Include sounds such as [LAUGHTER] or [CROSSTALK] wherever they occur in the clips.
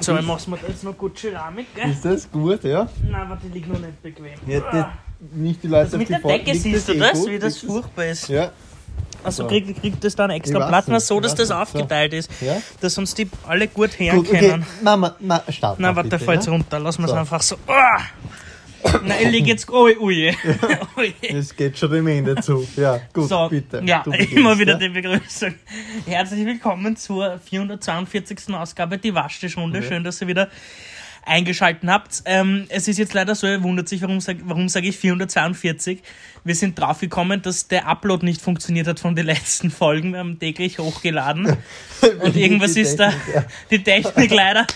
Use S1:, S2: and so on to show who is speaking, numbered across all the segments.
S1: So, dann machen wir da jetzt noch gut Keramik, gell?
S2: Ist das gut, ja?
S1: Nein, warte, die liegt noch nicht bequem.
S2: ja
S1: Ah.
S2: die, nicht die Leute
S1: Also mit
S2: auf
S1: der
S2: die Fa-
S1: Decke
S2: liegt
S1: siehst du
S2: eh
S1: das,
S2: gut?
S1: wie das
S2: Liegt
S1: furchtbar ist.
S2: Ja,
S1: Also
S2: So.
S1: kriegt, kriegt das da einen extra
S2: Ich weiß
S1: Platz, na,
S2: nicht,
S1: so,
S2: ich
S1: dass das
S2: weiß nicht, so.
S1: aufgeteilt ist,
S2: ja.
S1: dass uns die alle gut hören
S2: Gut, okay.
S1: können.
S2: Mama, ma, start.
S1: Na,
S2: mal
S1: warte,
S2: bitte,
S1: fällt's
S2: ja?
S1: runter, lass mir's
S2: So.
S1: einfach so. Ah! Na, ich lieg jetzt. Oh, oh [LAUGHS] je. Oh je.
S2: Es geht schon dem Ende zu. Ja, gut,
S1: So,
S2: bitte.
S1: ja,
S2: Du
S1: [LAUGHS]
S2: beginnst,
S1: immer wieder
S2: ja?
S1: die Begrüßung. Herzlich willkommen zur 442. Ausgabe, die Waschtischrunde. Schön, dass ihr wieder eingeschalten habt. Ähm, es ist jetzt leider so, ihr wundert sich, warum, sag- warum sage ich 442? Wir sind draufgekommen, dass der Upload nicht funktioniert hat von den letzten Folgen. Wir haben täglich
S2: [LAUGHS]
S1: hochgeladen und irgendwas
S2: Die
S1: ist da,
S2: Technik, ja.
S1: [LAUGHS] die Technik leider.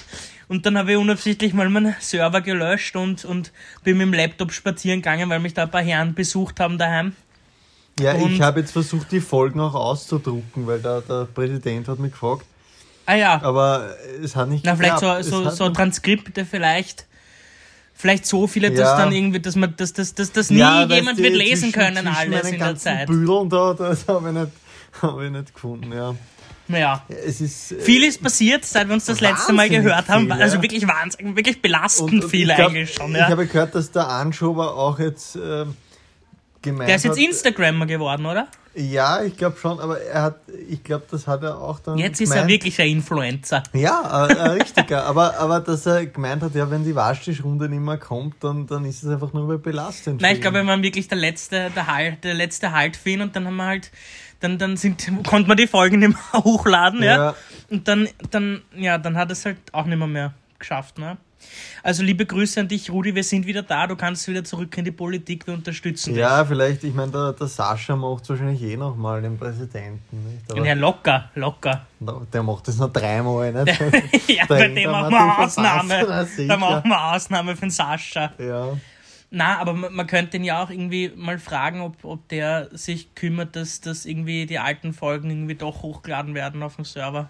S1: Und dann habe ich unabsichtlich mal meinen Server gelöscht und, und bin mit dem Laptop spazieren gegangen, weil mich da ein paar Herren besucht haben daheim.
S2: Ja,
S1: Und-
S2: ich habe jetzt versucht, die Folgen auch auszudrucken, weil der, der Präsident hat mich gefragt.
S1: Ah ja,
S2: Aber es hat nicht
S1: Na, vielleicht
S2: geklappt. Es
S1: so, so,
S2: hat
S1: so
S2: nicht-
S1: Transkripte, vielleicht. Vielleicht so viele, dass
S2: Ja.
S1: dann irgendwie, dass man, dass, dass, dass, dass nie
S2: Ja, weißt
S1: jemand
S2: du,
S1: wird lesen
S2: zwischen-
S1: können,
S2: zwischen
S1: alles
S2: meinen
S1: in der
S2: ganzen
S1: Zeit.
S2: Büdeln da, das habe ich, nicht- [LAUGHS] hab ich nicht gefunden, ja.
S1: Naja.
S2: Es ist. äh,
S1: Viel ist passiert, seit wir uns das letzte Mal
S2: Wahnsinnig
S1: gehört haben.
S2: viel, ja.
S1: Also wirklich wahnsinnig, wirklich belastend
S2: und- und
S1: viel
S2: ich glaub,
S1: eigentlich schon.
S2: Ich
S1: Ja.
S2: habe gehört, dass der Anschober auch jetzt ähm, gemeint
S1: Der ist jetzt
S2: hat,
S1: Instagrammer geworden, oder?
S2: Ja, ich glaube schon, aber er hat, ich glaube, das hat er auch dann.
S1: Jetzt ist er
S2: gemeint.
S1: wirklich ein Influencer.
S2: Ja, ein, ein richtiger. [LAUGHS] aber, aber dass er gemeint hat, ja, wenn die Waschtischrunde nicht mehr kommt, dann, dann ist es einfach nur über belastend.
S1: Nein, ich
S2: für
S1: glaube, wir
S2: ihn.
S1: waren wirklich der letzte, der halt, der letzte Halt für ihn und dann haben wir halt, dann, dann sind, konnte man die Folgen nicht mehr [LAUGHS] hochladen, ja.
S2: Ja.
S1: Und dann, dann, ja, dann hat es halt auch nicht mehr, mehr geschafft, ne. Also liebe Grüße an dich, Rudi, wir sind wieder da, du kannst wieder zurück in die Politik, wir unterstützen
S2: Ja, vielleicht, ich meine, der, der Sascha macht wahrscheinlich eh nochmal den Präsidenten. Nicht?
S1: dich. Ja,
S2: Aber
S1: locker, locker. [LAUGHS]
S2: no, der macht das noch dreimal, nicht?
S1: ja,
S2: Da
S1: bei
S2: hängt
S1: dem
S2: der
S1: machen
S2: Martin
S1: wir
S2: von
S1: Ausnahme.
S2: Sasser, sicher.
S1: Da machen wir Ausnahme für den Sascha.
S2: ja.
S1: Na, aber man, man könnte ihn ja auch irgendwie mal fragen, ob, ob der sich kümmert, dass, dass irgendwie die alten Folgen irgendwie doch hochgeladen werden auf dem Server.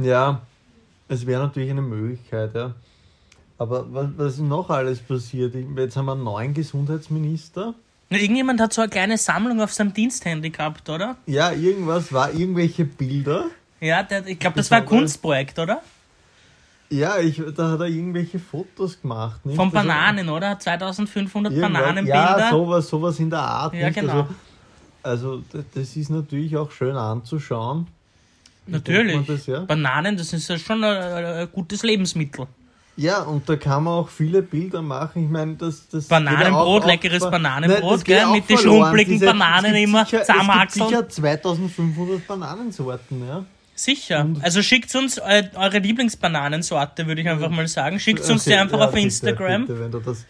S2: ja, es wäre natürlich eine Möglichkeit, ja. Aber was, was ist noch alles passiert? Ich- Jetzt haben wir einen neuen Gesundheitsminister.
S1: Na, irgendjemand hat so eine kleine Sammlung auf seinem Diensthandy gehabt, oder?
S2: Ja, irgendwas war, irgendwelche Bilder.
S1: Ja, der, ich glaube, das war ein
S2: Besonders.
S1: Kunstprojekt, oder?
S2: Ja, ich, da hat er irgendwelche Fotos gemacht. Nicht?
S1: Von
S2: Also-
S1: Bananen, oder? Hat 2500
S2: Irgendwas-
S1: Bananenbilder.
S2: Ja, sowas, sowas in der Art.
S1: Ja,
S2: nicht?
S1: genau.
S2: Also, also d- das ist natürlich auch schön anzuschauen.
S1: Natürlich.
S2: Denkt man das, ja?
S1: Bananen, das ist ja schon ein, ein gutes Lebensmittel.
S2: Ja, und da kann man auch viele Bilder machen. Ich meine, das, das
S1: Bananenbrot,
S2: geht ja auch- auch-
S1: leckeres
S2: Nein,
S1: Bananenbrot,
S2: das geht ja
S1: gell,
S2: auch
S1: mit den
S2: verloren.
S1: schrumpeligen
S2: Diese- es
S1: Bananen
S2: gibt
S1: immer
S2: sicher, Es
S1: zusammenhaxeln.
S2: gibt sicher 2500 Bananensorten, ja.
S1: Sicher. Also schickt uns äh, eure Lieblingsbananensorte, würde ich einfach mal sagen. Schickt uns die
S2: Okay,
S1: einfach
S2: ja,
S1: auf
S2: bitte,
S1: Instagram.
S2: Bitte, wenn du das,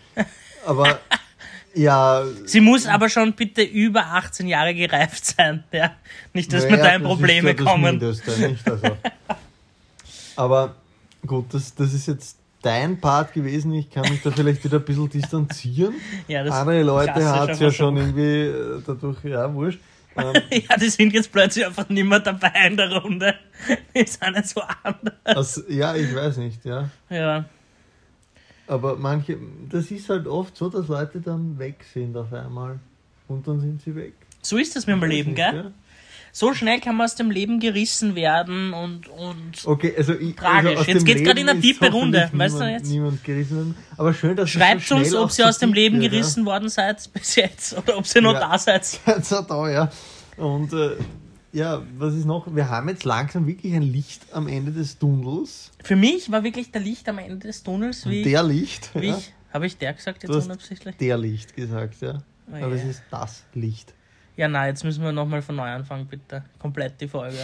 S2: aber [LAUGHS] ja,
S1: Sie muss aber schon bitte über 18 Jahre gereift sein. Ja. Nicht, dass wir
S2: naja,
S1: da in
S2: das ist
S1: Probleme
S2: ja das
S1: kommen.
S2: Mindeste,
S1: [LAUGHS]
S2: nicht? Also. Aber gut, das, das ist jetzt dein Part gewesen. Ich kann mich da vielleicht wieder ein bisschen distanzieren.
S1: Ja, das
S2: Andere Leute
S1: klassischer
S2: hat es ja
S1: Versuch.
S2: schon irgendwie äh, dadurch, ja, wurscht. Ähm,
S1: [LAUGHS] Ja, die sind jetzt plötzlich einfach nicht mehr dabei in der Runde. [LAUGHS] Die sind jetzt woanders.
S2: also, ja, ich weiß nicht, ja.
S1: Ja.
S2: Aber manche, das ist halt oft so, dass Leute dann weg sind auf einmal. Und dann sind sie weg.
S1: So ist das mit dem Leben,
S2: Nicht,
S1: gell?
S2: ja?
S1: So schnell kann man aus dem Leben gerissen werden und, und
S2: Okay, also ich.
S1: Tragisch.
S2: Also aus
S1: Jetzt
S2: dem
S1: geht's grad in
S2: Leben
S1: eine
S2: ist
S1: tiefe Runde,
S2: hoffentlich
S1: weißt du
S2: niemand-
S1: jetzt?
S2: Niemand gerissen. Aber schön, dass es so
S1: schreibt uns,
S2: schnell auch
S1: ob ihr
S2: so
S1: aus dem
S2: tief
S1: Leben
S2: wird, ja. [LAUGHS]
S1: gerissen worden seid [LAUGHS] bis jetzt oder ob ihr nur
S2: Ja.
S1: da seid.
S2: Ganz so da, ja. Und äh, ja, was ist noch? Wir haben jetzt langsam wirklich ein Licht am Ende des Tunnels.
S1: Für mich war wirklich der Licht am Ende des Tunnels, wie,
S2: Der Licht.
S1: wie
S2: ja.
S1: ich. Habe ich der gesagt jetzt
S2: Du hast-
S1: unabsichtlich?
S2: Der Licht gesagt, ja.
S1: Oh
S2: Aber es
S1: je.
S2: ist das Licht.
S1: Ja, na, jetzt müssen wir nochmal von neu anfangen, bitte. Komplett die Folge.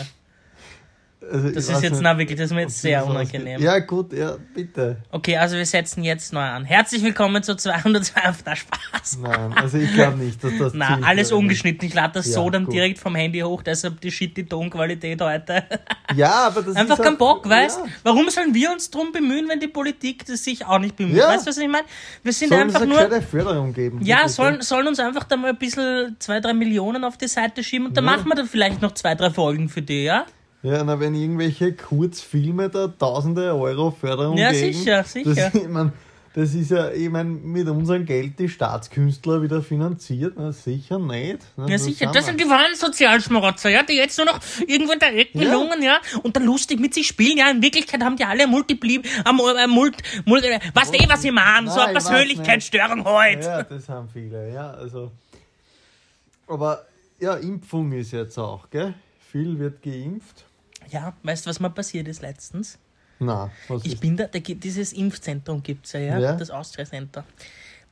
S2: Also, ich
S1: Das
S2: weiß
S1: ist jetzt,
S2: nicht,
S1: na wirklich, das ist mir
S2: ob
S1: jetzt sehr
S2: das ausgeht.
S1: unangenehm.
S2: Ja, gut, ja, bitte.
S1: Okay, also wir setzen jetzt neu an. Herzlich willkommen zu 202. Na, Spaß.
S2: Nein, also ich glaube nicht, dass das.
S1: [LAUGHS] Na, alles
S2: zielführend
S1: ungeschnitten. Ich lade das
S2: Ja,
S1: so dann
S2: gut.
S1: direkt vom Handy hoch, deshalb die shitty Tonqualität heute.
S2: ist. Ja, aber das
S1: Einfach
S2: ist. halt-
S1: keinen Bock, weißt
S2: Ja.
S1: Warum sollen wir uns drum bemühen, wenn die Politik das sich auch nicht bemüht?
S2: Ja.
S1: Weißt du, was ich meine? Wir sind
S2: Sollen
S1: einfach
S2: einfach es eine
S1: nur.
S2: gescheite Förderung geben?
S1: Ja,
S2: bitte.
S1: sollen, sollen uns einfach da mal ein bisschen zwei, drei Millionen auf die Seite schieben und dann
S2: Ja.
S1: machen wir dann vielleicht noch zwei, drei Folgen für die, ja?
S2: Ja, na, wenn irgendwelche Kurzfilme da tausende Euro Förderung
S1: Ja,
S2: kriegen,
S1: sicher, sicher.
S2: Das, ich mein, das ist ja, ich meine, mit unserem Geld die Staatskünstler wieder finanziert. Na, sicher nicht. Na,
S1: Ja,
S2: so
S1: sicher. Das
S2: sind wir.
S1: sind die wahren Sozialschmarotzer, ja, die jetzt nur noch irgendwo in der Ecke
S2: Ja.
S1: gelungen, ja, und dann lustig mit sich spielen, ja. In Wirklichkeit haben die alle Multipli, am, äh, Mult, Mult, äh, was eh, was sie machen, so
S2: Nein,
S1: eine
S2: ich weiß
S1: Persönlichkeitsstörung heute.
S2: Ja, das haben viele, ja. Also. Aber ja, Impfung ist jetzt auch, gell? Viel wird geimpft.
S1: Ja, weißt du, was mir passiert ist letztens?
S2: Na, was
S1: Ich
S2: ist
S1: bin da, da gibt, dieses Impfzentrum gibt es ja, ja,
S2: Ja.
S1: das Austria Center.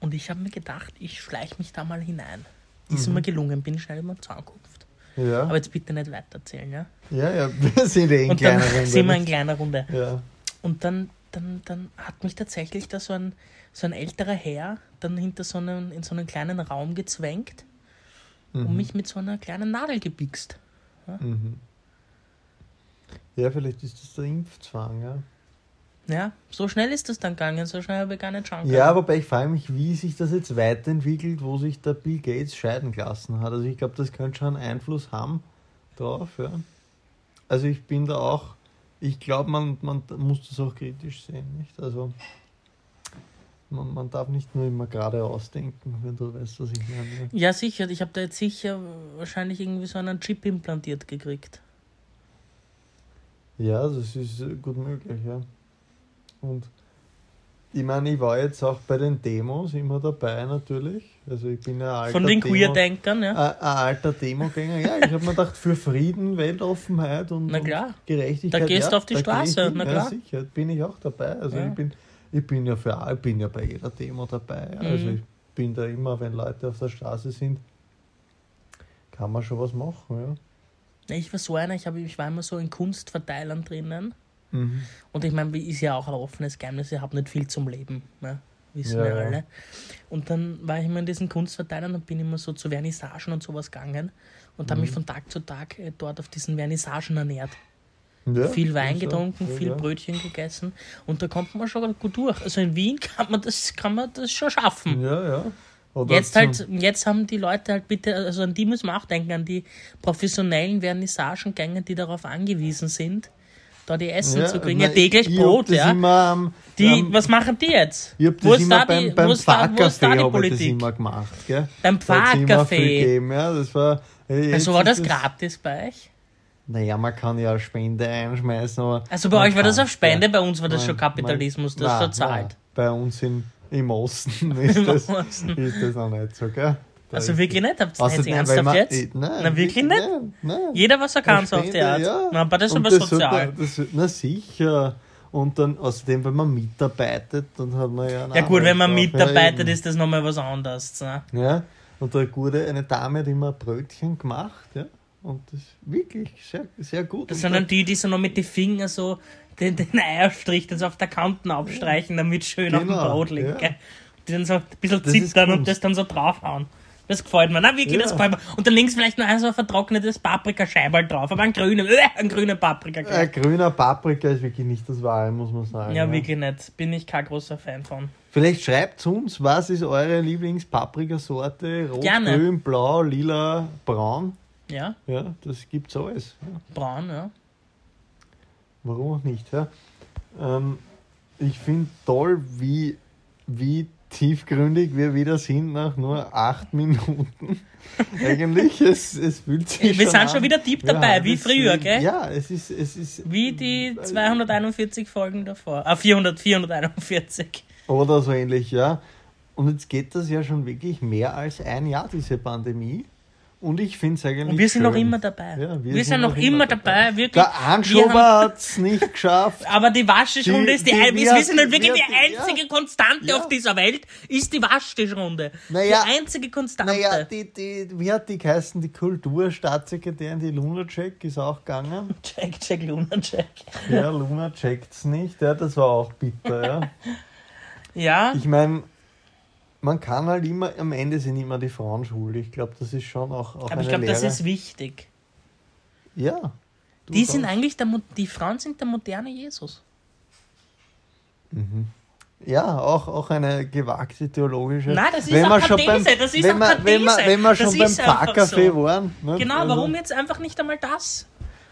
S1: Und ich habe mir gedacht, ich schleiche mich da mal hinein. Ist mir gelungen, bin schnell mal zur Ankunft.
S2: Mhm. ja.
S1: Aber jetzt bitte nicht weiterzählen, ja?
S2: ja, ja, [LAUGHS] wir sind eh in
S1: Und dann
S2: kleiner Runde.
S1: sind wir in kleiner Runde.
S2: ja.
S1: Und dann, dann, dann hat mich tatsächlich da so ein, so ein älterer Herr dann hinter so einem, in so einen kleinen Raum gezwängt und
S2: Mhm.
S1: mich mit so einer kleinen Nadel gebixt.
S2: ja, vielleicht ist das der Impfzwang, ja.
S1: Ja, so schnell ist das dann gegangen, so schnell habe ich gar nicht schauen können.
S2: Ja, wobei ich frage mich, wie sich das jetzt weiterentwickelt, wo sich der Bill Gates scheiden gelassen hat. Also ich glaube, das könnte schon einen Einfluss haben drauf, ja. Also ich bin da auch, ich glaube, man, man muss das auch kritisch sehen, nicht? Also man, man darf nicht nur immer geradeaus denken, wenn du weißt, was ich meine.
S1: ja sicher, ich habe da jetzt sicher wahrscheinlich irgendwie so einen Chip implantiert gekriegt.
S2: Ja, das ist äh, gut möglich, ja. Und ich meine, ich war jetzt auch bei den Demos immer dabei natürlich. Also ich bin ja alter
S1: Von den
S2: Demo- Äh,
S1: Queer-Denkern, ja.
S2: ein, ein alter Demogänger. Ja, ich habe mir gedacht, für Frieden, Weltoffenheit und,
S1: Na klar.
S2: und Gerechtigkeit.
S1: Da gehst
S2: ja,
S1: du auf die
S2: da geh ich
S1: Straße,
S2: hin.
S1: na
S2: Ja,
S1: klar.
S2: sicher, bin ich auch dabei. Also
S1: Ja.
S2: ich, bin, ich, bin ja für, ich bin ja bei jeder Demo dabei. Also
S1: Mhm.
S2: ich bin da immer, wenn Leute auf der Straße sind, kann man schon was machen.
S1: Ich war so einer, ich, hab, ich war immer so in Kunstverteilern drinnen.
S2: Ja.
S1: Und ich meine, ist ja auch ein offenes Geheimnis, ihr habt nicht viel zum Leben, ne? wissen
S2: Ja,
S1: wir
S2: ja.
S1: alle. Und dann war ich immer in diesen Kunstverteilern und bin immer so zu Vernissagen und sowas gegangen und
S2: Mhm.
S1: habe mich von Tag zu Tag äh, dort auf diesen Vernissagen ernährt.
S2: Ja,
S1: viel Wein
S2: ist ja-
S1: getrunken,
S2: ja,
S1: viel
S2: ja.
S1: Brötchen gegessen und da kommt man schon gut durch. Also in Wien kann man das, kann man das schon schaffen.
S2: Ja, ja.
S1: Hm.
S2: Oder
S1: Jetzt
S2: zum-
S1: halt, jetzt haben die Leute halt bitte, also an die müssen wir auch denken, an die professionellen Vernissagengänge, die darauf angewiesen sind, da die Essen zu kriegen. ja,
S2: nein,
S1: täglich
S2: ich- ich hab
S1: Brot,
S2: das
S1: ja.
S2: Immer, am-
S1: Die,
S2: am-
S1: was machen die jetzt?
S2: Ich hab
S1: Wo
S2: das
S1: ist
S2: immer
S1: da
S2: beim,
S1: die- wo
S2: beim
S1: ist da- wo ist da
S2: Pfarrcafé
S1: die
S2: habe ich das
S1: Politik?
S2: immer gemacht. Gell?
S1: Beim
S2: Da hat's immer
S1: Pfarrcafé.
S2: viel gegeben, Ja, das war, äh,
S1: Also
S2: jetzt
S1: war
S2: ist
S1: das gratis bei euch?
S2: Naja, man kann ja Spende einschmeißen, aber.
S1: Also bei
S2: man
S1: euch war das
S2: kann's
S1: auf Spende,
S2: ja.
S1: bei uns war das
S2: Man-
S1: schon Kapitalismus,
S2: man-
S1: das
S2: nein,
S1: schon zahlt.
S2: nein. Bei uns in,
S1: [LAUGHS]
S2: im Osten ist
S1: Im
S2: das,
S1: Osten.
S2: ist das auch nicht so, gell? Da
S1: Also
S2: ist-
S1: wirklich nicht? Habt ihr das
S2: Außer
S1: jetzt
S2: nein, weil
S1: ernsthaft
S2: man-
S1: jetzt?
S2: ich- Nein,
S1: Na wirklich nicht?
S2: Nein, nein.
S1: Jeder, was er kann, so auf die Art.
S2: Ja.
S1: Na, aber das ist
S2: Und
S1: aber
S2: wird
S1: sozial.
S2: man- das, wird- na sicher. Und dann, außerdem, wenn man mitarbeitet, dann hat man ja. einen
S1: Ja gut, wenn man
S2: Anreiz drauf.
S1: mitarbeitet,
S2: Ja,
S1: ist das nochmal was anderes. Ne?
S2: eben. Ja, und da wurde eine Dame hat immer Brötchen gemacht, ja. Und das ist wirklich sehr, sehr gut.
S1: Das
S2: Und
S1: sind dann die, die so noch mit den Fingern so den, den Eierstrich dann so auf der Kanten abstreichen, damit schön auf dem
S2: Genau,
S1: Brot liegt.
S2: ja.
S1: gell? Die dann so ein bisschen
S2: Das ist
S1: zittern und
S2: Kunst.
S1: das dann so draufhauen. Das gefällt mir. Na wirklich, das
S2: Ja.
S1: gefällt mir. Und dann links vielleicht noch ein so ein vertrocknetes Paprikascheiberl drauf, aber ein grüner, [LAUGHS] äh, ein grüner Paprika. gell?
S2: Ein grüner Paprika ist wirklich nicht das Wahre, muss man sagen.
S1: ja, wirklich nicht. Bin ich kein großer Fan von.
S2: Vielleicht schreibt uns, was ist eure Lieblingspaprikasorte? Rot,
S1: Gerne.
S2: grün, blau, lila, braun.
S1: Ja,
S2: Ja, das gibt's alles. Ja,
S1: braun, ja.
S2: warum auch nicht? Ja? Ähm, ich finde toll, wie, wie tiefgründig wir wieder sind nach nur acht [LAUGHS] Minuten. Eigentlich, es, es fühlt sich
S1: Wir sind
S2: an.
S1: schon wieder deep
S2: Wir
S1: dabei,
S2: haben
S1: wie
S2: es-
S1: früher, gell?
S2: Ja, es ist, es ist
S1: Wie die
S2: Mhm.
S1: 241 Folgen davor. Ah, 400, 441.
S2: Oder so ähnlich, ja. Und jetzt geht das ja schon wirklich mehr als ein Jahr, diese Pandemie. Und ich finde es eigentlich.
S1: Und wir sind
S2: schön.
S1: noch immer dabei.
S2: Ja,
S1: wir, sind noch immer dabei, wirklich.
S2: Der
S1: Wir haben-
S2: Anschober hat es nicht geschafft.
S1: Aber die Waschtischrunde
S2: Die-
S1: ist die,
S2: die-
S1: ein-
S2: wir-
S1: wir wissen halt wirklich,
S2: wir-
S1: die einzige Konstante
S2: Ja.
S1: auf dieser Welt ist die Waschtischrunde.
S2: Naja.
S1: die einzige Konstante.
S2: Naja, die, die, wie hat die geheißen? Die Kulturstaatssekretärin, die Lunacek, ist auch
S1: [LAUGHS]
S2: gegangen.
S1: check, check, Lunacek.
S2: Ja, Lunacek es nicht. Ja, das war auch bitter, ja.
S1: Ja,
S2: Ich meine, man kann halt immer, am Ende sind immer die Frauen schuld. Ich glaube, das ist schon auch, auch
S1: aber
S2: eine
S1: ich glaube, das
S2: Lehre.
S1: ist wichtig.
S2: Ja. Du
S1: Die sind
S2: sagst-
S1: eigentlich der, Mo- die Frauen sind der moderne Jesus.
S2: Ja, auch, auch eine gewagte theologische.
S1: Nein, das ist
S2: wenn
S1: auch
S2: wir
S1: keine
S2: schon
S1: These,
S2: beim,
S1: das ist
S2: wenn
S1: auch
S2: wir,
S1: keine
S2: Wenn wir,
S1: These.
S2: wenn wir schon
S1: Das
S2: beim
S1: ist einfach
S2: Pfarrcafé
S1: so.
S2: waren. Ne?
S1: Genau,
S2: Also,
S1: warum jetzt einfach nicht einmal das?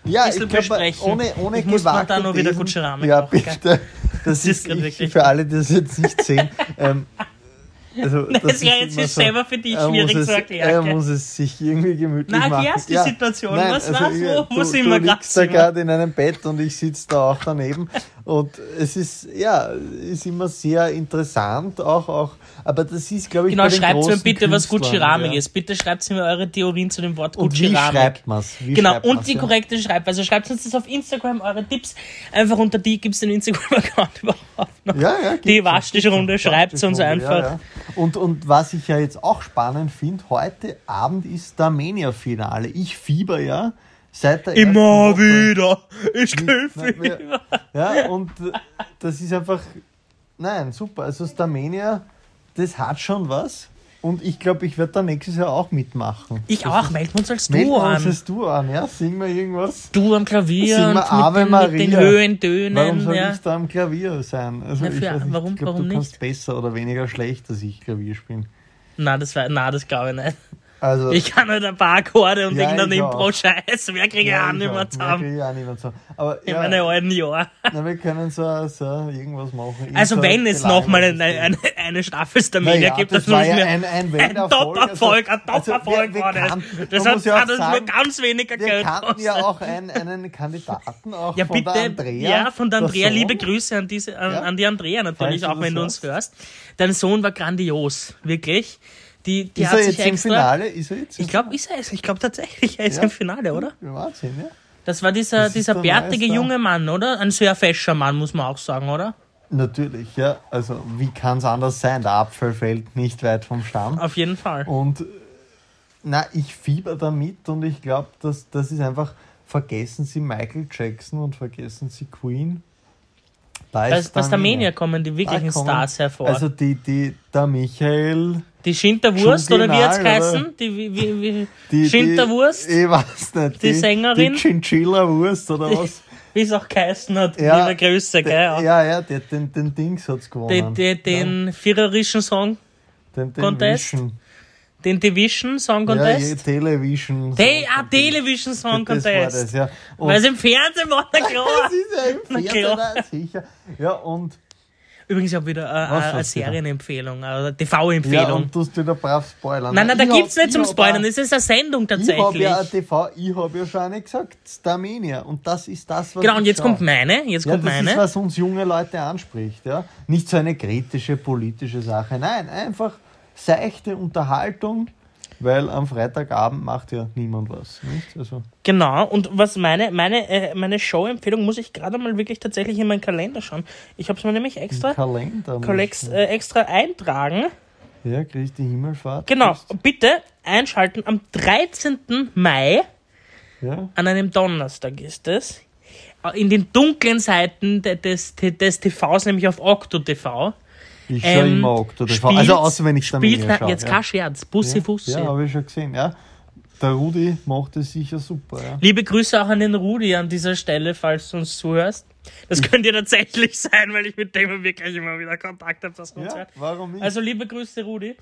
S2: ja,
S1: bisschen
S2: ich glaub,
S1: besprechen?
S2: Ohne, ohne
S1: Ich muss mir da
S2: gewagte
S1: noch wieder
S2: Thesen-
S1: gut Ceramic
S2: Ja,
S1: machen, gell?
S2: bitte. das
S1: ist
S2: ist,
S1: grad
S2: ich,
S1: wirklich-
S2: für alle, die das jetzt
S1: [LAUGHS]
S2: nicht sehen. Ähm, also,
S1: Das wäre
S2: ist
S1: jetzt
S2: immer
S1: für selber für dich
S2: er muss
S1: schwierig
S2: es,
S1: zu
S2: Er
S1: erklären. gell?
S2: muss es sich irgendwie gemütlich
S1: Na,
S2: machen. also,
S1: erklär's die Situation. Was war's? Wo-
S2: ja,
S1: wo
S2: du,
S1: sind
S2: du
S1: wir grad?
S2: liegst da
S1: Sind wir-
S2: gerade in einem Bett und ich sitze da auch
S1: [LAUGHS]
S2: daneben. Und es ist, ja, ist immer sehr interessant auch. auch aber das ist, glaube ich,
S1: Genau,
S2: bei den
S1: schreibt mir
S2: großen
S1: bitte, was
S2: Künstlern,
S1: Gucci-Ramig
S2: ja.
S1: ist. Bitte schreibt mir eure Theorien zu dem Wort
S2: Und wie
S1: Gucci-Ramig.
S2: schreibt man es?
S1: Genau, und die
S2: ja?
S1: korrekte Schreibweise. Schreibt uns das auf Instagram, eure Tipps. Einfach unter die gibt es den Instagram-Account [LAUGHS] überhaupt noch.
S2: Ja, ja, gibt's
S1: Die
S2: schon.
S1: Waschtischrunde, schreibt uns
S2: Ja,
S1: einfach.
S2: ja. Und, und was ich ja jetzt auch spannend finde, heute Abend ist Armenia-Finale. Ich fieber ja seit der
S1: Immer
S2: [LAUGHS] ersten Woche.
S1: wieder. Ich
S2: Na,
S1: kämpfe.
S2: wir- Ja, und äh, das ist einfach, nein, super. Also Starmania, das hat schon was. Und ich glaube, ich werde da nächstes Jahr auch mitmachen.
S1: Ich auch, melden wir uns als
S2: Melden
S1: Duo
S2: wir uns
S1: an.
S2: das du an, ja? Singen wir irgendwas?
S1: Du am Klavier
S2: Singen
S1: und
S2: wir Ave
S1: mit, den- mit den
S2: Maria.
S1: höhen
S2: Warum
S1: Tönen.
S2: soll
S1: Ja.
S2: ich da am Klavier sein? Also
S1: Na,
S2: ich
S1: für-
S2: weiß nicht,
S1: warum-
S2: ich glaube, du
S1: warum
S2: kannst besser oder weniger schlecht, dass ich Klavier spiele.
S1: Na, das, war- na, das glaube ich nicht.
S2: Also,
S1: Ich kann halt ein paar Akkorde und
S2: Ja,
S1: irgendeinen
S2: ich auch.
S1: Impro-Scheiß. Wer kriege ich auch nicht mehr zusammen?
S2: Ich auch nicht mehr zusammen. Aber
S1: In
S2: ja,
S1: meinen alten Jahren.
S2: na, wir können so, so irgendwas machen.
S1: Also
S2: Irgend so
S1: wenn es nochmal
S2: gelagertes
S1: eine, eine, eine Staffel Starmania
S2: Naja,
S1: gibt,
S2: das
S1: das muss
S2: war ja
S1: mir
S2: ein- ein Welterfolg,
S1: Top-Erfolg, ein
S2: also- also wir-
S1: Top-Erfolg
S2: wir
S1: war das.
S2: kannten-
S1: Das
S2: man
S1: hat,
S2: muss ja auch
S1: hat uns
S2: sagen,
S1: nur ganz weniger
S2: Wir
S1: Geld
S2: kannten
S1: gekostet.
S2: ja auch einen, einen Kandidaten auch
S1: ja,
S2: von
S1: bitte,
S2: der Andrea.
S1: ja, von der Andrea,
S2: Sohn.
S1: liebe Grüße an, diese, an,
S2: Ja.
S1: an die Andrea natürlich,
S2: Falls du
S1: auch wenn du
S2: das
S1: uns hörst. Dein Sohn war grandios, wirklich. Die, die
S2: Ist
S1: hat
S2: er
S1: sich
S2: jetzt im
S1: extra,
S2: Finale? Ist er jetzt?
S1: Ich glaube, ist er es. Ich glaube tatsächlich, er ist
S2: Ja.
S1: im Finale, oder?
S2: Wahnsinn, ja.
S1: Das war dieser,
S2: Das ist
S1: dieser
S2: der
S1: bärtige
S2: Meister.
S1: junge Mann, oder? Ein sehr fescher Mann, muss man auch sagen, oder?
S2: Natürlich, ja. Also, wie kann es anders sein? Der Apfel fällt nicht weit vom Stamm.
S1: Auf jeden Fall.
S2: Und äh, na, ich fieber damit und ich glaube, dass das ist einfach, vergessen Sie Michael Jackson und vergessen Sie Queen. Da
S1: Bei, bei Starmania
S2: Starmania.
S1: kommen die wirklichen
S2: Da kommen-
S1: Stars hervor.
S2: Also die, die, der Michael.
S1: Die Schinterwurst, oder wie hat's
S2: Schunginal, genau, oder?
S1: geheißen? Die, wie, wie, wie,
S2: Die,
S1: Schinterwurst,
S2: Die, ich weiß nicht.
S1: Die Sängerin?
S2: Die Chinchilla-Wurst oder was?
S1: wie es auch geheißen hat.
S2: Ja,
S1: [LAUGHS] Liebe Grüße,
S2: De-
S1: gell? Ja.
S2: Ja, ja, der, den, den Dings hat's gewonnen.
S1: Den, den, den viererischen Song,
S2: den, den
S1: Contest?
S2: Vision.
S1: den Division Song
S2: Ja, je-
S1: Contest.
S2: Television.
S1: Te- ah, Television Song
S2: Das war
S1: Contest.
S2: das, ja. Und
S1: Weil es im Fernsehen war, na klar. [LAUGHS]
S2: [LAUGHS] das ist ja im
S1: Na
S2: Fernsehen,
S1: klar.
S2: na, sicher. Ja, und,
S1: Übrigens auch wieder äh,
S2: Was
S1: äh, eine
S2: hast du da?
S1: Serienempfehlung, äh, eine
S2: ja,
S1: TV-Empfehlung.
S2: und tust wieder brav spoilern.
S1: nein, nein, da
S2: Ich
S1: gibt's
S2: hab-
S1: nicht zum
S2: ich hab auch-
S1: Spoilern, es ist eine Sendung
S2: Ich habe
S1: tatsächlich.
S2: ja ein TV, ich habe ja schon eine gesagt, Starmania. Und das ist das, was
S1: Genau, und
S2: ich
S1: jetzt
S2: schaue.
S1: kommt meine, jetzt
S2: Ja,
S1: kommt
S2: das ist,
S1: meine.
S2: was uns junge Leute anspricht. Ja? Nicht so eine kritische politische Sache. Nein, einfach seichte Unterhaltung, weil am Freitagabend macht ja niemand was. Nicht? Also,
S1: Genau, und was meine, meine, äh, meine Show-Empfehlung muss ich gerade mal wirklich tatsächlich in meinen Kalender schauen. Ich habe es mir nämlich extra
S2: Kalender.
S1: Kollex äh, extra eintragen.
S2: Ja, Christi Himmelfahrt.
S1: Genau,
S2: Christ-
S1: bitte einschalten. Am 13. Mai,
S2: Ja.
S1: an einem Donnerstag ist es, äh, in den dunklen Seiten de- des, des TVs, nämlich auf OctoTV,
S2: Ich schaue
S1: Ähm,
S2: immer Oktober.
S1: spielt-
S2: Also außer wenn ich
S1: spielt,
S2: Starmania
S1: na,
S2: schaue.
S1: jetzt
S2: ja.
S1: kein Scherz, Bussi Fussi.
S2: Ja, habe ich schon gesehen. Ja. Der Rudi macht es sicher super. Ja.
S1: Liebe Grüße auch an den Rudi an dieser Stelle, falls du uns zuhörst. Das könnte ja tatsächlich sein, weil ich mit dem wirklich immer wieder Kontakt habe, dass wir uns
S2: Ja,
S1: hören.
S2: warum nicht?
S1: Also liebe Grüße, Rudi.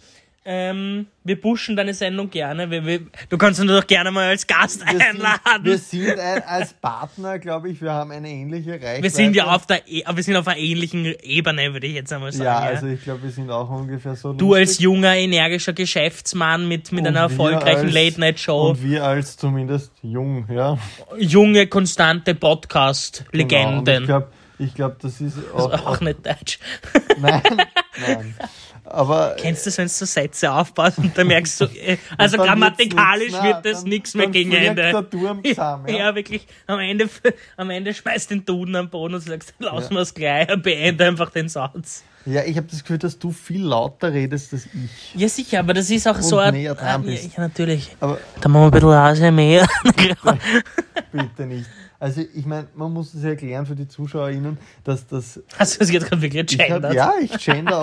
S1: Ähm, wir pushen deine Sendung gerne. Wir, wir, du kannst uns doch gerne mal als Gast [LAUGHS] einladen.
S2: Wir sind, wir sind ein, als Partner, glaube ich, wir haben eine ähnliche Reichweite.
S1: wir sind ja auf der, e wir sind auf einer ähnlichen Ebene, würde ich jetzt einmal sagen.
S2: Ja,
S1: Ja,
S2: also ich glaube, wir sind auch ungefähr so.
S1: du als
S2: lustig.
S1: junger, energischer Geschäftsmann mit, mit
S2: Und
S1: einer
S2: wir
S1: erfolgreichen
S2: Oh, als-
S1: Late-Night-Show,
S2: Und wir als zumindest jung, ja.
S1: junge, konstante
S2: Genau. Und Ich
S1: Podcast-Legenden.
S2: glaube, ich glaub, das ist auch.
S1: auch nicht deutsch.
S2: nein, nein. Aber.
S1: Kennst du das, wenn du so Sätze aufbaust und dann merkst du,
S2: [LAUGHS]
S1: äh, also
S2: dann
S1: grammatikalisch
S2: wird's nix,
S1: wird
S2: nein,
S1: das
S2: dann-
S1: nichts mehr
S2: dann
S1: gegen
S2: fliegt
S1: Ende.
S2: der Turm
S1: [LAUGHS]
S2: zusammen,
S1: ja.
S2: ja.
S1: wirklich. Am Ende, am Ende schmeißt den Duden am Boden und sagst, lass ja. es gleich, beende einfach den Satz.
S2: Ja, ich habe das Gefühl, dass du viel lauter redest als ich.
S1: Ja, sicher, aber das ist auch so ein. Ah,
S2: näher
S1: Ja,
S2: dran bist.
S1: ja, natürlich.
S2: Aber
S1: Da machen wir ein bisschen Hase mehr.
S2: [LAUGHS] bitte nicht. Also, ich meine, man muss es ja erklären für die ZuschauerInnen, dass das.
S1: Hast du das jetzt Also, gerade wirklich
S2: Ich hab,
S1: gegendert?
S2: ja, ich gender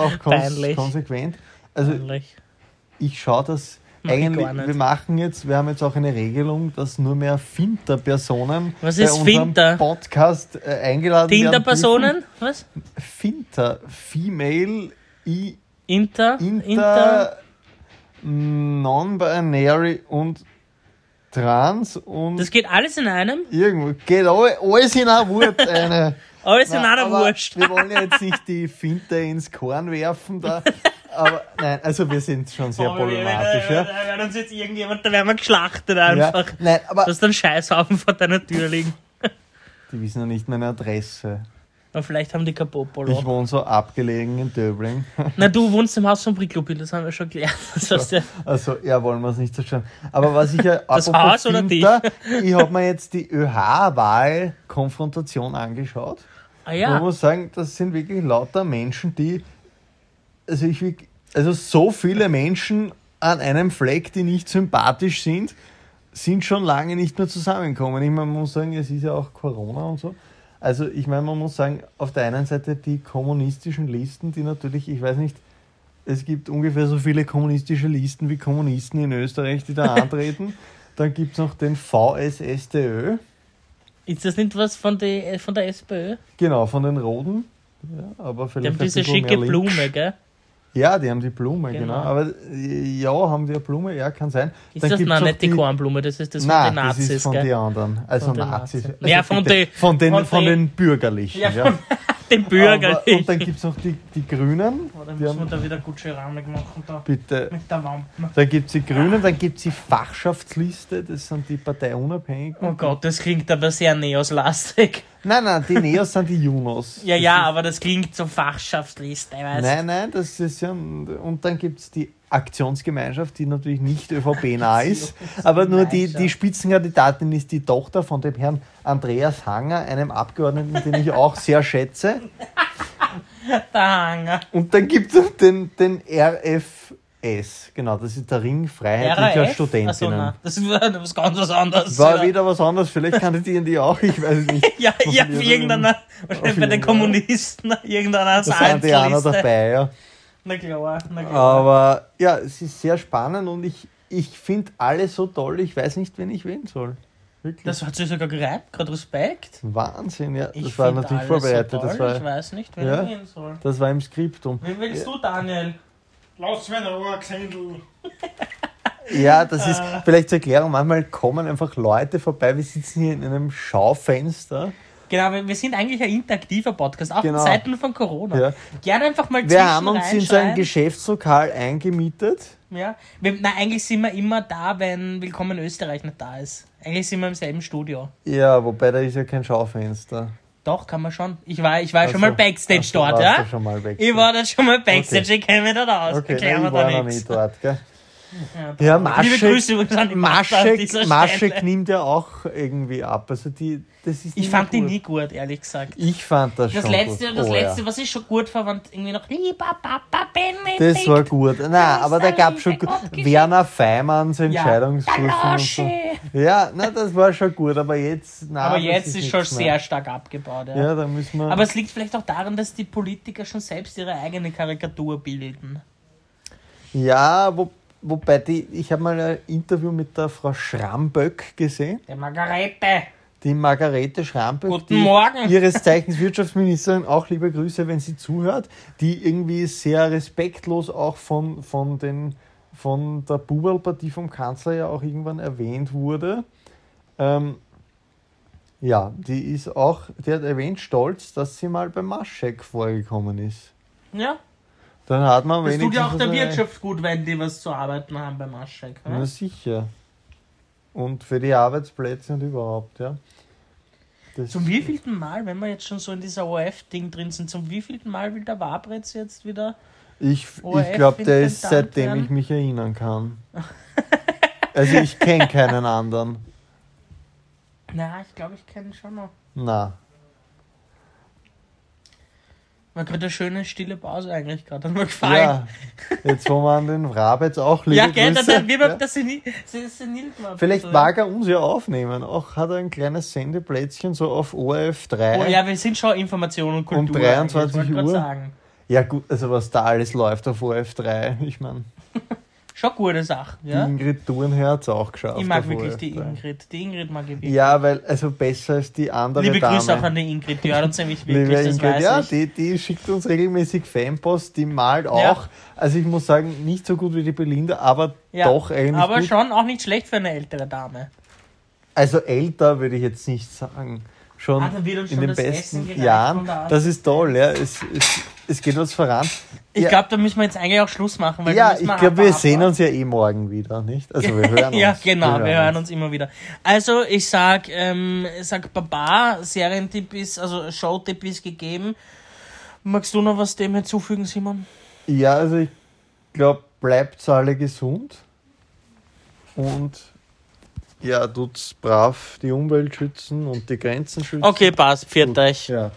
S1: [LAUGHS]
S2: auch
S1: Peinlich.
S2: kons konsequent. Also,
S1: Eigentlich.
S2: ich schaue das
S1: Mach ich
S2: eigentlich,
S1: gar nicht.
S2: wir machen jetzt, wir haben jetzt auch eine Regelung, dass nur mehr Finter-Personen
S1: Was
S2: bei
S1: ist
S2: unserem
S1: Finter?
S2: Podcast äh, eingeladen werden. dürfen.
S1: Tinder-Personen? Was?
S2: Finter, Female, I,
S1: Inter?
S2: Inter, Non-Binary und Trans und
S1: Das geht alles in einem?
S2: irgendwo. Geht alle- alles in ein Wort eine.
S1: Aber ist ja
S2: Nein,
S1: einer
S2: aber
S1: wurscht.
S2: Wir wollen ja jetzt nicht die Finte ins Korn werfen da. Aber nein, also wir sind schon sehr
S1: Aber Oh, wir-
S2: problematisch,
S1: wir-
S2: ja.
S1: Da werden uns jetzt irgendjemand, da werden wir geschlachtet
S2: ja.
S1: einfach.
S2: Nein,
S1: Du
S2: aber
S1: hast einen Scheißhaufen vor deiner Tür liegen.
S2: die wissen ja nicht meine Adresse.
S1: Aber vielleicht haben die kein Popolo.
S2: Ich wohne so abgelegen in Döbling. [LAUGHS]
S1: Na, du wohnst im Haus von Bricklupil, das haben wir schon gelernt. [LAUGHS] Das heißt, ja,
S2: Also, ja, wollen wir es nicht so schön. Aber was ich ja
S1: [LAUGHS] Das
S2: apropos
S1: Haus oder
S2: Finter, ich habe mir jetzt die ÖH-Wahlkonfrontation angeschaut.
S1: ah
S2: Man
S1: ja,
S2: muss sagen, das sind wirklich lauter Menschen, die. Also, ich, wirk- also so viele Menschen an einem Fleck, die nicht sympathisch sind, sind schon lange nicht mehr zusammengekommen. Ich meine, man muss sagen, es ist ja auch Corona und so. Also, ich meine, man muss sagen, auf der einen Seite die kommunistischen Listen, die natürlich, ich weiß nicht, es gibt ungefähr so viele kommunistische Listen wie Kommunisten in Österreich, die da antreten. Dann gibt es noch den VSSDÖ.
S1: ist das nicht was von, die, von der SPÖ?
S2: Genau, von den Roten. Ja, aber
S1: Die
S2: vielleicht
S1: haben
S2: ein
S1: diese
S2: bisschen
S1: schicke
S2: mehr links.
S1: Blume, gell?
S2: Ja, die haben die Blume, genau.
S1: Genau.
S2: Aber äh, ja, haben die eine Blume? Ja, kann sein.
S1: Ist
S2: Dann
S1: das
S2: gibt's
S1: nein,
S2: noch
S1: nicht die Kornblume, das ist das von den
S2: Nein,
S1: Nazis,
S2: das ist von
S1: gell?
S2: den anderen. Also
S1: Von den
S2: Nazis.
S1: Nazis.
S2: Also
S1: Ja, von
S2: bitte,
S1: den-
S2: von den,
S1: von
S2: von,
S1: den-
S2: den Bürgerlichen.
S1: Ja,
S2: Ja,
S1: von Den Bürger.
S2: Aber, und dann gibt es noch die, die Grünen.
S1: Oh, dann
S2: Die
S1: müssen wir
S2: haben,
S1: da wieder gut Keramik machen, da
S2: bitte.
S1: mit der Wampen.
S2: Dann gibt es die Grünen, dann gibt es die Fachschaftsliste, das sind die parteiunabhängigen.
S1: Oh Gott, das klingt aber sehr neoslastig.
S2: Nein, nein, die Neos sind die Junos.
S1: Ja,
S2: Das
S1: ja, aber das klingt so Fachschaftsliste, weißt
S2: Nein, nein, das ist ja. Und dann gibt es die Aktionsgemeinschaft, die natürlich nicht ÖVP-nah ist, aber nur die, die Spitzenkandidatin ist die Tochter von dem Herrn Andreas Hanger, einem Abgeordneten, den ich auch sehr schätze.
S1: Der Hanger.
S2: Und dann gibt es den, den RFS, genau, das ist der Ring freiheitlicher
S1: RAF?
S2: Studentinnen.
S1: Achso, nein, das war [LAUGHS] was ganz was anderes.
S2: War
S1: oder?
S2: wieder was anderes, vielleicht kandidieren die auch, ich weiß es
S1: [LAUGHS]
S2: nicht.
S1: ja, ja,
S2: Auf
S1: irgendeiner, wahrscheinlich [LAUGHS] bei den
S2: irgendeiner.
S1: Kommunisten, [LAUGHS] irgendeiner
S2: Da sind die auch noch
S1: Seinsliste.
S2: dabei, ja.
S1: Na klar, na klar.
S2: Aber ja, es ist sehr spannend und ich, ich finde alle so toll, ich weiß nicht, wen ich wählen soll. Wirklich.
S1: Das hat sich sogar gereimt, gerade Respekt.
S2: Wahnsinn, ja. Das
S1: Ich
S2: war
S1: find
S2: natürlich
S1: alles
S2: vorbereitet.
S1: So toll,
S2: das,
S1: ich
S2: war,
S1: weiß nicht, wer
S2: Ja.
S1: ich gehen soll.
S2: das war im Skriptum.
S1: Wen willst du, Daniel?
S3: Lass mich in Ruhe, Xendl.
S2: Ja, das ist
S1: Ah.
S2: vielleicht zur Erklärung. Manchmal kommen einfach Leute vorbei. Wir sitzen hier in einem Schaufenster.
S1: Genau, wir wir sind eigentlich ein interaktiver Podcast, auch
S2: Genau.
S1: in Zeiten von Corona.
S2: Ja.
S1: Gerne einfach mal
S2: Wir
S1: zwischen
S2: haben uns in so ein
S1: reinschreien.
S2: Geschäftslokal eingemietet.
S1: Ja, wir, nein, eigentlich sind wir immer da, wenn Willkommen Österreich nicht da ist. Eigentlich sind wir im selben Studio.
S2: Ja, wobei da ist ja kein Schaufenster.
S1: Doch, kann man schon. Ich war, ich war schon
S2: Also,
S1: mal Backstage
S2: ach, du
S1: dort,
S2: warst
S1: ja?
S2: da Schon mal Backstage.
S1: Ich war da schon mal Backstage, ich kenne mich dort aus.
S2: okay,
S1: Erklären
S2: nein,
S1: wir
S2: ich war
S1: da
S2: noch
S1: nichts.
S2: nicht dort, gell?
S1: Ja,
S2: Ja,
S1: Liebe
S2: Maschek,
S1: Grüße übrigens an die Martha an dieser
S2: Maschek, Maschek
S1: Stelle.
S2: nimmt ja auch irgendwie ab. Also die, das ist
S1: Ich
S2: nicht
S1: fand die
S2: gut.
S1: nie gut, ehrlich gesagt.
S2: Ich fand das,
S1: Das
S2: schon
S1: letzte,
S2: gut.
S1: das
S2: Oh, ja.
S1: letzte, was ich schon gut war, war irgendwie noch Lieber Papa Benedikt.
S2: Das war gut. Nein,
S1: ist
S2: aber da
S1: der
S2: gab
S1: liebe
S2: schon gut.
S1: Gott geschickt.
S2: Werner Feimanns Entscheidungswürfen
S1: Der
S2: und so.
S1: Loschi.
S2: Ja, nein, das war schon gut, aber jetzt. Nein,
S1: Aber
S2: das
S1: jetzt ist, schon
S2: nichts
S1: sehr
S2: mehr.
S1: stark abgebaut. Ja.
S2: Ja, da müssen wir.
S1: Aber es liegt vielleicht auch daran, dass die Politiker schon selbst ihre eigene Karikatur bilden.
S2: ja, wo, wobei die, ich habe mal ein Interview mit der Frau Schramböck gesehen,
S1: Der Margarete.
S2: die Margarete Schramböck.
S1: Guten
S2: die
S1: Morgen.
S2: Ihres Zeichens Wirtschaftsministerin, auch liebe Grüße, wenn sie zuhört, die irgendwie sehr respektlos auch von, von, den, von der Buberl-Partie vom Kanzler ja auch irgendwann erwähnt wurde. Ähm, ja, die ist auch, die hat erwähnt stolz, dass sie mal bei Maschek vorgekommen ist.
S1: Ja,
S2: Dann hat man
S1: das tut
S2: wenigstens
S1: ja auch der
S2: was erreicht.
S1: Wirtschaft gut, wenn die was zu arbeiten haben beim Aschek.
S2: Na
S1: Ja?
S2: sicher. Und für die Arbeitsplätze und überhaupt, ja. Das
S1: Zum wievielten Mal, wenn wir jetzt schon so in dieser ORF-Ding drin sind, zum wievielten Mal will der Wabretz jetzt wieder?
S2: Ich,
S1: ORF
S2: ich glaube, der ist
S1: Intendant
S2: seitdem
S1: werden?
S2: ich mich erinnern kann.
S1: [LAUGHS]
S2: also ich kenne keinen anderen.
S1: Na, ich glaube, ich kenne ihn schon noch.
S2: Na,
S1: War gerade eine schöne stille Pause eigentlich gerade, hat mir gefallen.
S2: ja. Jetzt wo man den Rabitz auch liebe
S1: Ja, gell, dann,
S2: Grüße.
S1: dann wird
S2: Ja.
S1: man das senil, se- senil gemacht.
S2: Vielleicht
S1: Also,
S2: mag er uns ja aufnehmen. Auch hat er ein kleines Sendeplätzchen so auf ORF 3.
S1: Oh ja, wir sind schon Information und Kultur.
S2: Äh. Um 23
S1: eigentlich, wollte
S2: Uhr.
S1: grad Sagen.
S2: Ja, gut, also was da alles läuft auf ORF 3. Ich meine,
S1: Schon gute Sachen, ja?
S2: Ingrid Thurnherr hat es auch geschafft.
S1: Ich mag
S2: Mhm, auf
S1: wirklich
S2: ORF
S1: die
S2: 3.
S1: Ingrid. Die Ingrid mag ich wirklich.
S2: Ja, weil, also besser als die andere
S1: Liebe
S2: Dame.
S1: Grüße auch an die Ingrid, die hört uns nämlich wirklich,
S2: Liebe
S1: das
S2: Ingrid,
S1: weiß
S2: ja,
S1: ich.
S2: die, die schickt uns regelmäßig Fanpost, die malt auch. Also ich muss sagen, nicht so gut wie die Belinda, aber
S1: Ja,
S2: doch eigentlich
S1: Aber
S2: gut.
S1: schon auch nicht schlecht für eine ältere Dame.
S2: Also älter würde ich jetzt nicht sagen. schon
S1: Ah, dann wird uns
S2: in
S1: schon
S2: den
S1: das Essen
S2: besten
S1: gereicht
S2: Jahren.
S1: von da an.
S2: Das ist toll, ja. Es, es, es geht uns voran.
S1: Ich
S2: ja,
S1: glaube, da müssen wir jetzt eigentlich auch Schluss machen. Weil
S2: ja
S1: müssen
S2: ich glaube, wir
S1: abwarten.
S2: sehen uns ja eh morgen wieder, nicht? Also
S1: [LAUGHS]
S2: wir hören
S1: ja,
S2: uns.
S1: genau, wir hören uns immer wieder. Also, ich sag, ähm, ich sag Baba, Serientipp ist, also Showtipp ist gegeben. Magst du noch was dem hinzufügen, Simon?
S2: Ja, also ich glaube, bleibt alle gesund und ja, tut's brav die Umwelt schützen und die Grenzen schützen.
S1: Okay, passt, pfiat euch.
S2: Ja.